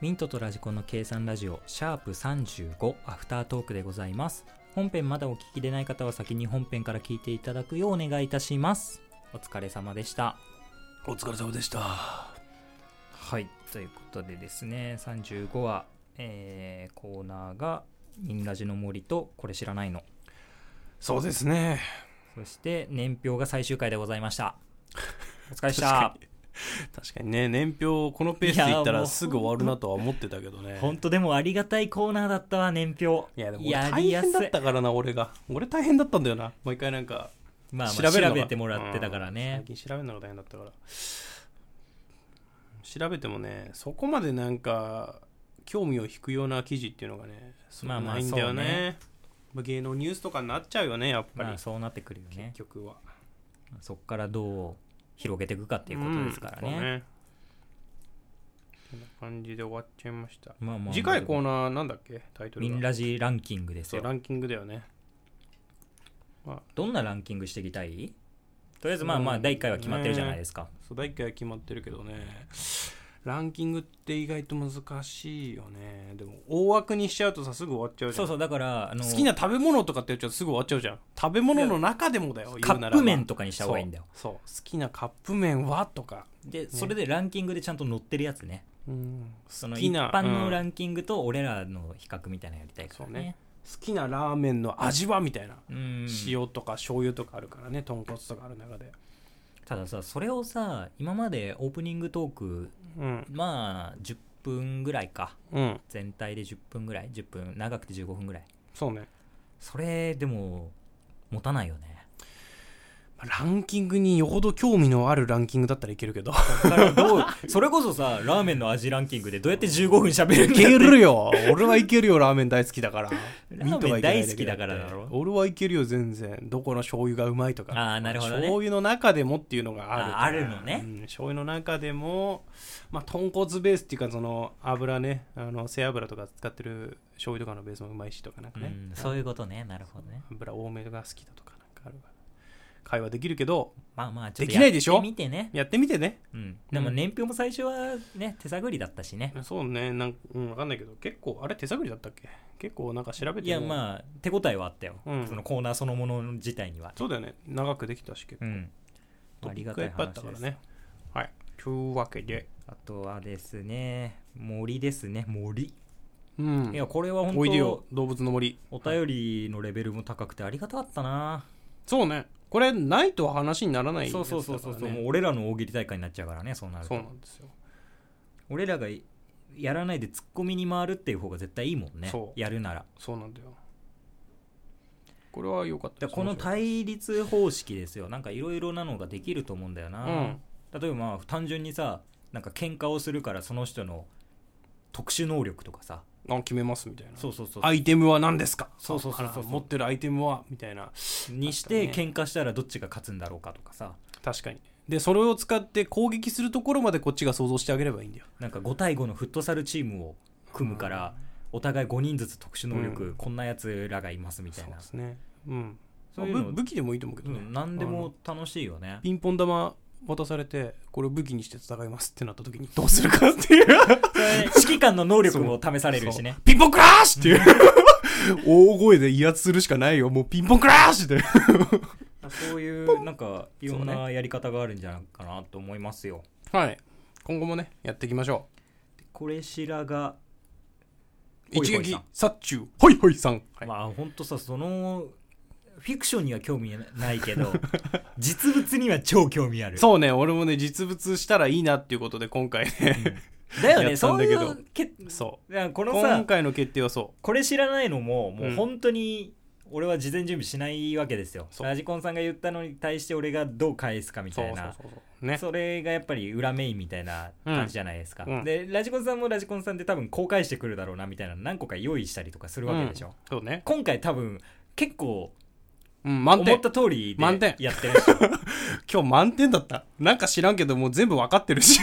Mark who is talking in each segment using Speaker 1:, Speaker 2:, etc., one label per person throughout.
Speaker 1: ミントとラジコンの計算ラジオ、シャープ35アフタートークでございます。本編まだお聞きでない方は先に本編から聞いていただくようお願いいたします。お疲れ様でした。
Speaker 2: お疲れ様でした。
Speaker 1: はい、ということでですね、35話、えー、コーナーが、ミンラジの森と、これ知らないの。
Speaker 2: そうですね。
Speaker 1: そして、年表が最終回でございま した。お疲れでした
Speaker 2: 確。確かにね、年表をこのペースでいったらすぐ終わるなとは思ってたけどね。
Speaker 1: 本当でもありがたいコーナーだったわ、年表。
Speaker 2: いや、でも俺
Speaker 1: や
Speaker 2: 大
Speaker 1: りやす
Speaker 2: 変
Speaker 1: い。
Speaker 2: だったからな、俺が。俺大変だったんだよな。毎回なんか、
Speaker 1: まあ、まあ
Speaker 2: 調べるのが
Speaker 1: 調べてもらってたからね。
Speaker 2: 最近調べるのが大変だったから。調べてもね、そこまでなんか、興味を引くような記事っていうのがね、すご
Speaker 1: まあ
Speaker 2: く
Speaker 1: まあ
Speaker 2: ないんだよ
Speaker 1: そう
Speaker 2: ね
Speaker 1: ね。
Speaker 2: まあ芸能ニュースとかになっちゃうよね、やっぱ
Speaker 1: ま
Speaker 2: り
Speaker 1: あ、。そうなってくるよね
Speaker 2: 結。局は。
Speaker 1: そこからどう広げていくかっていうことですからね。
Speaker 2: うんそうこんな感じで終わっちゃいました。
Speaker 1: まあまあ、
Speaker 2: 次回コー
Speaker 1: ナー。
Speaker 2: ナーなんだっけタイトル
Speaker 1: ミ
Speaker 2: が
Speaker 1: ンラジランキングです
Speaker 2: そう
Speaker 1: よ
Speaker 2: ラ。ンキングだよね。まあ、
Speaker 1: どんなランキングしていきたいとりあえずまあまあ
Speaker 2: うん
Speaker 1: 第1回は決まってるじゃないですか、
Speaker 2: そう第1回は決まってるけどね、ランキングって意外と難しいよね。でも、大枠にしちゃうとさ、すぐ終わっちゃうじゃ
Speaker 1: そ
Speaker 2: ん。
Speaker 1: うそうだからあの
Speaker 2: 好きな食べ物とかってやっちゃうとすぐ終わっちゃうじゃん。食べ物の中でもだよ、言うな
Speaker 1: カ
Speaker 2: らば
Speaker 1: ップ麺とかにした方がいいんだよ
Speaker 2: そう。そう好きなカップ麺はとか。
Speaker 1: でそれでランキングでちゃんと載ってるやつね
Speaker 2: うん
Speaker 1: その
Speaker 2: 好
Speaker 1: 一
Speaker 2: きな
Speaker 1: 般のラ
Speaker 2: うん
Speaker 1: ンキングと俺らの比較みたいなのやりたいからね
Speaker 2: 好きなラーメンの味はみたいな。
Speaker 1: うん
Speaker 2: 塩とか醤油とかあるからね豚骨とかある中で、
Speaker 1: たださそれをさ今までオープニングトーク
Speaker 2: うん
Speaker 1: まあ10分ぐらいか
Speaker 2: うん
Speaker 1: 全体で10分ぐらい10分長くて15分ぐらい
Speaker 2: そうね
Speaker 1: それでも持たないよね
Speaker 2: ランキングによほど興味のあるランキングだったらいけるけど
Speaker 1: だからどうそれこそさラーメンの味ランキングでどうやって15分喋るん
Speaker 2: い
Speaker 1: だよ
Speaker 2: けるよ俺はいけるよラーメン大好きだから
Speaker 1: ラーメン大好きだからだろ
Speaker 2: ミントがいけないけって俺はいけるよ全然どこの醤油がうまいとか
Speaker 1: あーなるほどね
Speaker 2: 醤油の中でもっていうのがあるから
Speaker 1: あーあるのね
Speaker 2: うん醤油の中でもまあ豚骨ベースっていうかその油ねあの背脂とか使ってる醤油とかのベースもうまいしとかなんかね、
Speaker 1: うん、そういうことねなるほどね
Speaker 2: 油多めが好きだとかなんかあるから会話できるけど
Speaker 1: まあまあちょっと
Speaker 2: できないでしょ
Speaker 1: やってみてね、
Speaker 2: やってみてね
Speaker 1: うん、でも年表も最初はね手探りだったしね
Speaker 2: そうねなんか、うん、分かんないけど結構あれ手探りだったっけ結構なんか調べても
Speaker 1: いやまあ手応えはあったよ、
Speaker 2: うん
Speaker 1: そのコーナーそのもの自体には
Speaker 2: そうだよね長くできたし結
Speaker 1: う
Speaker 2: 構、
Speaker 1: ん
Speaker 2: ト
Speaker 1: あ
Speaker 2: ピ
Speaker 1: り
Speaker 2: ッ
Speaker 1: が
Speaker 2: ク
Speaker 1: た
Speaker 2: がい
Speaker 1: い
Speaker 2: っぱいあ
Speaker 1: 話
Speaker 2: った
Speaker 1: で
Speaker 2: から
Speaker 1: す
Speaker 2: ねはいというわけで
Speaker 1: あとはですね森ですね森
Speaker 2: うん
Speaker 1: いやこれは本
Speaker 2: おいでよ
Speaker 1: 当
Speaker 2: 動物の森
Speaker 1: お便りのレベルも高くてありがたかったな、
Speaker 2: そうねこれないと話にならないやつだ
Speaker 1: そう
Speaker 2: からね
Speaker 1: そうそうそうそう、もう俺らの大喜利大会になっちゃうからねそうなる
Speaker 2: そう
Speaker 1: と
Speaker 2: なんですよ
Speaker 1: 俺らがいやらないでツッコミに回るっていう方が絶対いいもんね
Speaker 2: そう
Speaker 1: やるなら
Speaker 2: そうなんだよこれは良かっ
Speaker 1: だ
Speaker 2: た
Speaker 1: からこの
Speaker 2: 対
Speaker 1: 対立方式ですよなんかいろいろなのができると思うんだよな、
Speaker 2: うん
Speaker 1: 例えばまあ単純にさなんか喧嘩をするからその人の特殊能力とかさ
Speaker 2: あ決めますみたいな
Speaker 1: そうそうそう
Speaker 2: アイテムは何ですか
Speaker 1: そうそうそうそう
Speaker 2: あら持ってるアイテムはみたいな
Speaker 1: にして喧嘩したらどっちが勝つんだろうかとかさ
Speaker 2: 確かにでそれを使って攻撃するところまでこっちが想像してあげればいいんだよ
Speaker 1: なんか5対5のフットサルチームを組むからお互い5人ずつ特殊能力、
Speaker 2: うん
Speaker 1: こんなやつらがいますみたいな
Speaker 2: ですねうん
Speaker 1: そういうの
Speaker 2: まあぶ武器でもいいと思うけどね、
Speaker 1: うん何でも楽しいよね
Speaker 2: ピンポン玉渡されてこれを武器にして戦いますってなった時にどうするかっていう
Speaker 1: それ指揮官の能力も試されるしね
Speaker 2: そうピンポンクラッシュって いう大声で威圧するしかないよもうピンポンクラッシュって
Speaker 1: そういうなんかいろん
Speaker 2: そ
Speaker 1: なやり方があるんじゃないかなと思いますよ、
Speaker 2: はい今後もねやっていきましょ
Speaker 1: これしらが、
Speaker 2: う
Speaker 1: ほいほ
Speaker 2: 一
Speaker 1: いさん
Speaker 2: 撃殺虫ホイホイさん、はい
Speaker 1: まあほんとさそのフィクションには興味ないけ ど実物には超興味ある
Speaker 2: そうね俺もね実物したらいいなっていうことで今回ね、
Speaker 1: だよ
Speaker 2: や
Speaker 1: ね
Speaker 2: ったん
Speaker 1: そう
Speaker 2: だ
Speaker 1: い
Speaker 2: けど
Speaker 1: うけ
Speaker 2: そ
Speaker 1: いやこ
Speaker 2: う
Speaker 1: の
Speaker 2: 今
Speaker 1: さ
Speaker 2: 回の決定はそう
Speaker 1: これ知らないのももううん本当に俺は事前準備しないわけですよ、
Speaker 2: そう
Speaker 1: ラジコンさんが言ったのに対して俺がどう返すかみたいな
Speaker 2: そうそうそうそうね
Speaker 1: それがやっぱり裏メインみたいな感じじゃないですか、
Speaker 2: うん
Speaker 1: でラジコンさんもラジコンさんで多分公開してくるだろうなみたいなの何個か用意したりとかするわけでしょ、
Speaker 2: うんそうね
Speaker 1: 今回多分結構
Speaker 2: うん満
Speaker 1: 思
Speaker 2: 点
Speaker 1: った通りで
Speaker 2: 満点
Speaker 1: やってるでしょ
Speaker 2: 今日満点だったなんか知らんけどもう全部分かってるし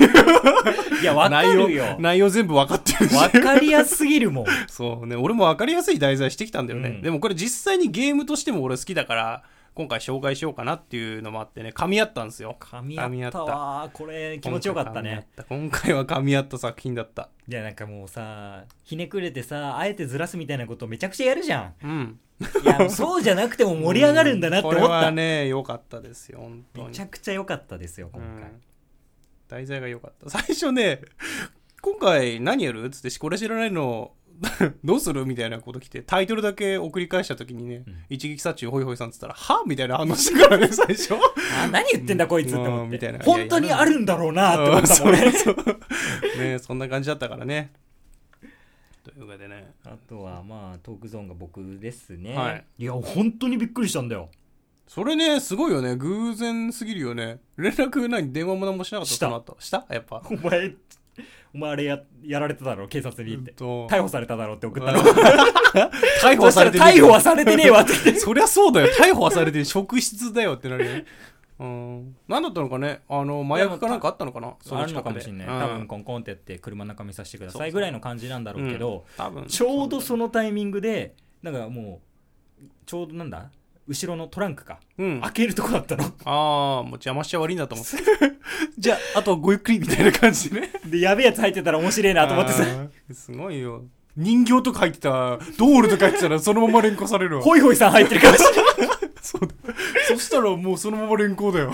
Speaker 1: い やわかるよ
Speaker 2: 内容内容全部分かってるし
Speaker 1: わかりやすすぎるもん
Speaker 2: そうね俺も分かりやすい題材してきたんだよね、
Speaker 1: うん
Speaker 2: でもこれ実際にゲームとしても俺好きだから今回紹介しようかなっていうのもあってね、噛み合ったんですよ。
Speaker 1: 噛み合ったわ これ気持ちよかったね
Speaker 2: 今回は噛み合った作品だった。
Speaker 1: いやなんかもうさひねくれてさあえてずらすみたいなことめちゃくちゃやるじゃん
Speaker 2: うん。
Speaker 1: いやそうじゃなくても盛り上がるんだなって思
Speaker 2: う
Speaker 1: っ
Speaker 2: これ
Speaker 1: た、
Speaker 2: はね、良かったですよ、本当に。
Speaker 1: めちゃくちゃ良かったですよ今
Speaker 2: うん
Speaker 1: 回、
Speaker 2: 題材が良かった。最初ね、 今回何やるつって、これ知らないの どうするみたいなこと来て、タイトルだけ送り返した時にね、
Speaker 1: うん
Speaker 2: 一撃殺虫ホイホイさんっつったら、はみたいな反応して からね、最初。
Speaker 1: あ何言ってんだこいつって
Speaker 2: ま
Speaker 1: 思
Speaker 2: あ
Speaker 1: っ
Speaker 2: みたい
Speaker 1: て
Speaker 2: な
Speaker 1: 本当にあるんだろうなって思
Speaker 2: あ
Speaker 1: った
Speaker 2: そ
Speaker 1: もん
Speaker 2: う
Speaker 1: ね
Speaker 2: そう。ねそんな感じだったからね。というわけでね。
Speaker 1: あとはまあトークゾーンが僕ですね、
Speaker 2: はい
Speaker 1: い、や本当にびっくりしたんだよ
Speaker 2: それね、すごいよね。偶然すぎるよね。連絡何電話も何もしなかった
Speaker 1: した
Speaker 2: その後。したやっぱ。
Speaker 1: お前お前あれややられただろ警察にって、
Speaker 2: と
Speaker 1: 逮捕されただろって送ったの
Speaker 2: 逮捕
Speaker 1: そ
Speaker 2: は
Speaker 1: し
Speaker 2: さ
Speaker 1: た
Speaker 2: れ
Speaker 1: ら
Speaker 2: てるけ
Speaker 1: 逮
Speaker 2: ど
Speaker 1: 捕はされてねえわって言って
Speaker 2: そりゃそうだよ。逮捕はされてる職質だよってなるよね。うん。何だったのかねあの、麻薬かなんかあったのかな そ
Speaker 1: あ
Speaker 2: の
Speaker 1: る
Speaker 2: 近
Speaker 1: の
Speaker 2: くで
Speaker 1: かもしんない、
Speaker 2: うん
Speaker 1: 多分コンコンってやって車の中見させてくだ
Speaker 2: そう
Speaker 1: さ
Speaker 2: そ
Speaker 1: いうぐらいの感じなんだろうけど、
Speaker 2: 多分。
Speaker 1: ちょうどそのタイミングでなんかもうちょうどなんだ後ろのトランクか
Speaker 2: うん。
Speaker 1: 開
Speaker 2: あ
Speaker 1: けるとこだったの
Speaker 2: あー、もう邪魔しちゃ悪いんだと思って。 じゃあ、あとはごゆっくりみたいな感じね。
Speaker 1: でやべえやつ入ってたら面白いなと思ってさ
Speaker 2: あーすごいよ。人形とか入ってた、ドールとか入ってたらそのまま連行されるわ。
Speaker 1: ホイホイさん入ってるかもしれない
Speaker 2: そう だ。そしたらもうそのまま連行だよ。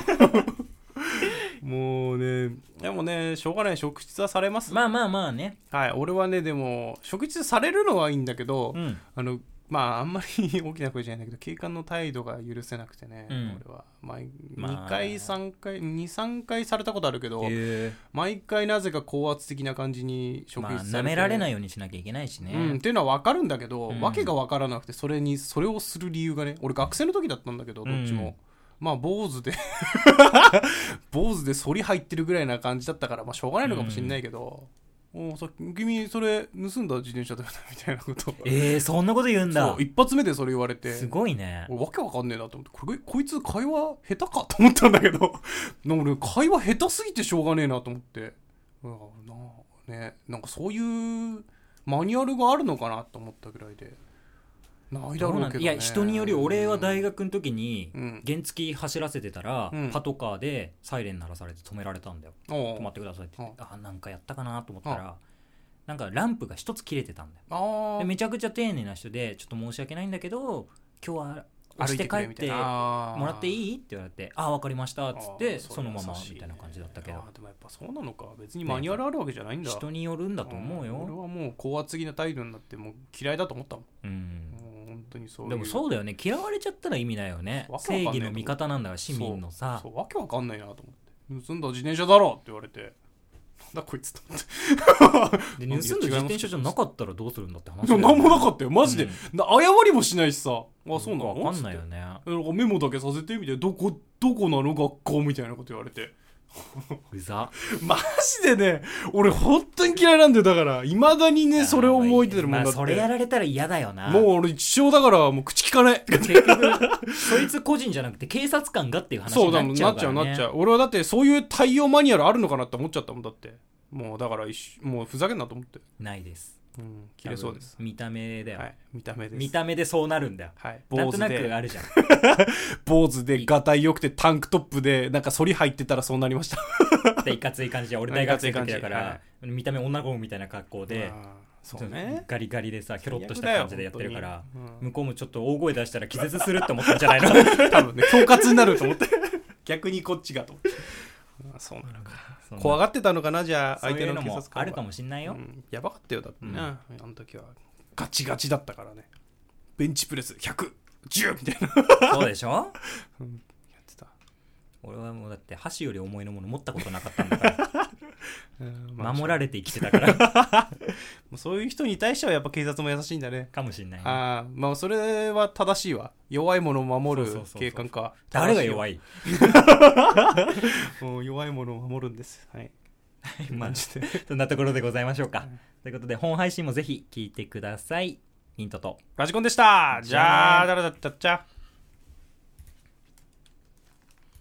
Speaker 2: もうね、でもね、しょうがない、職質はされます。
Speaker 1: まあまあまあね
Speaker 2: はい、俺はね、でも、職質されるのはいいんだけど、
Speaker 1: うん
Speaker 2: あの、まあ、あんまり大きな声じゃないんだけど、警官の態度が許せなくてね、
Speaker 1: うん
Speaker 2: 俺は。毎
Speaker 1: まあ
Speaker 2: 2回、3回、2、3回されたことあるけど、
Speaker 1: いう
Speaker 2: 毎回なぜか高圧的な感じに職
Speaker 1: まあ
Speaker 2: 質さ
Speaker 1: 舐
Speaker 2: れて、
Speaker 1: められないようにしなきゃいけないしね、
Speaker 2: うん、っていうのは分かるんだけど、
Speaker 1: うん
Speaker 2: 訳が分からなくてそれにそれをする理由がね俺学生の時だったんだけどどっちも、まあ坊 主で坊主で反り入ってるぐらいな感じだったから、まあ、しょうがないのかもしれないけど、おうさ君それ盗んだ自転車だよねみたいなことを
Speaker 1: えー、そんなこと言うんだ
Speaker 2: そう一発目でそれ言われて
Speaker 1: すごいね
Speaker 2: 俺わけわかんねえなと思ってこれこいつ会話下手かと思ったんだけど なんか俺会話下手すぎてしょうがねえなと思ってうんなあねなんかそういうマニュアルがあるのかなと思ったぐらいでないだ
Speaker 1: ど
Speaker 2: ろ
Speaker 1: う
Speaker 2: う
Speaker 1: なん
Speaker 2: けど、ね、
Speaker 1: いや人により俺は大学の時に
Speaker 2: うん
Speaker 1: 原付走らせてたら、
Speaker 2: うん
Speaker 1: パトカーでサイレン鳴らされて止められたんだよ
Speaker 2: お
Speaker 1: 止ま
Speaker 2: う
Speaker 1: ってくださいって言って
Speaker 2: う
Speaker 1: あなんかやったかなと思ったらなんかランプが一つ切れてたんだよ
Speaker 2: あ
Speaker 1: で
Speaker 2: ー
Speaker 1: めちゃくちゃ丁寧な人でちょっと申し訳ないんだけど今日は押して帰
Speaker 2: 歩い
Speaker 1: って
Speaker 2: くれ
Speaker 1: て
Speaker 2: みたいな
Speaker 1: も
Speaker 2: あー
Speaker 1: らっていいって言われてあ分かりました
Speaker 2: あ
Speaker 1: っ
Speaker 2: ー
Speaker 1: つって
Speaker 2: う
Speaker 1: そのまま
Speaker 2: 優し
Speaker 1: みたいな感じだったけ
Speaker 2: い
Speaker 1: ど
Speaker 2: やーでもやっぱそうなのか別にマニュアルあるわけじゃないんだ、
Speaker 1: 人によるんだと思う
Speaker 2: うん俺
Speaker 1: よ
Speaker 2: はもう高圧的な態度になってもう嫌いだと思ったも
Speaker 1: う
Speaker 2: ん
Speaker 1: ん
Speaker 2: もう本当にそういう
Speaker 1: でもそうだよね嫌われちゃったら意味ないよね
Speaker 2: わけ
Speaker 1: 正
Speaker 2: わかんない
Speaker 1: 義の味方なんだから市民のさ
Speaker 2: そうわけわかんないなと思って盗んだ自転車だろって言われてなんだこいつと思って
Speaker 1: で盗ん
Speaker 2: なん
Speaker 1: だ
Speaker 2: で
Speaker 1: 自転車じゃなかったらどうするんだって話
Speaker 2: いや何もなかったよマジで、
Speaker 1: うん
Speaker 2: な謝りもしないしさあそうなの
Speaker 1: 分かんないよ
Speaker 2: つっ
Speaker 1: ね
Speaker 2: てなんかメモだけさせてみたいなどこどこなの学校みたいなこと言われて
Speaker 1: うざ
Speaker 2: マジでね俺本当に嫌いなんだよだからいまだにねそれを思い出てるもん
Speaker 1: まあ
Speaker 2: だって、
Speaker 1: それやられたら嫌だよな
Speaker 2: もう俺一生だからもう口聞かない
Speaker 1: 結局そいつ個人じゃなくて警察官がっていう話
Speaker 2: そう
Speaker 1: に
Speaker 2: だ
Speaker 1: な
Speaker 2: も
Speaker 1: っ
Speaker 2: ん
Speaker 1: ちゃ
Speaker 2: な
Speaker 1: う
Speaker 2: っ
Speaker 1: か
Speaker 2: ちゃ
Speaker 1: ら、
Speaker 2: う
Speaker 1: ね、
Speaker 2: なっちゃう俺はだってそういう対応マニュアルあるのかなって思っちゃったもんだってもうだから一緒もうふざけんなと思って
Speaker 1: ないです
Speaker 2: うん切れそうです
Speaker 1: 多分見た目だよ、
Speaker 2: はい見た目です
Speaker 1: 見た目でそうなるんだよ
Speaker 2: はい
Speaker 1: なん
Speaker 2: 坊
Speaker 1: と
Speaker 2: 主
Speaker 1: なくあ
Speaker 2: で
Speaker 1: るじゃん
Speaker 2: 坊主でがたいよくてタンクトップでなんか反り入ってたらそうなりました
Speaker 1: でいかつい感じは俺大学生の時だから、
Speaker 2: いか
Speaker 1: 見た目女の子みたいな格好で
Speaker 2: あーそうね
Speaker 1: ガリガリでさひょろっとした感じでやってるから
Speaker 2: 最悪だよ本当に
Speaker 1: 向こうもちょっと大声出したら気絶するって思ったんじゃない の
Speaker 2: 多分ね恐喝になると思って 逆にこっちがと思ってあーそうなのか怖
Speaker 1: が
Speaker 2: がってたのかなじゃあ
Speaker 1: 相
Speaker 2: 相
Speaker 1: 手
Speaker 2: 手
Speaker 1: の
Speaker 2: の
Speaker 1: も
Speaker 2: 警察官は
Speaker 1: あるかもしんないよ、
Speaker 2: うんやばかったよだってね、
Speaker 1: うん
Speaker 2: あの時はガチガチだったからねベンチプレス10010みたいな
Speaker 1: そうでしょ
Speaker 2: やってた、
Speaker 1: 俺はもうだって箸より重いのもの持ったことなかったんだから
Speaker 2: うん まあ
Speaker 1: 守られて生きてた から
Speaker 2: もうそういう人に対してはやっぱ警察も優しいんだね
Speaker 1: かもしんないね
Speaker 2: ああまあそれは正しいわ弱いものを
Speaker 1: そ
Speaker 2: 守
Speaker 1: う
Speaker 2: る
Speaker 1: そうそうそう
Speaker 2: 警官か
Speaker 1: 誰が弱
Speaker 2: い
Speaker 1: い
Speaker 2: 弱いものを守るんですはい
Speaker 1: まあ
Speaker 2: マジで
Speaker 1: そんなと ころでございましょうか
Speaker 2: うん。
Speaker 1: ということで、本配信もぜひ聞いてください。ヒントと。
Speaker 2: ラジコンでしたじゃあだらだったっちゃ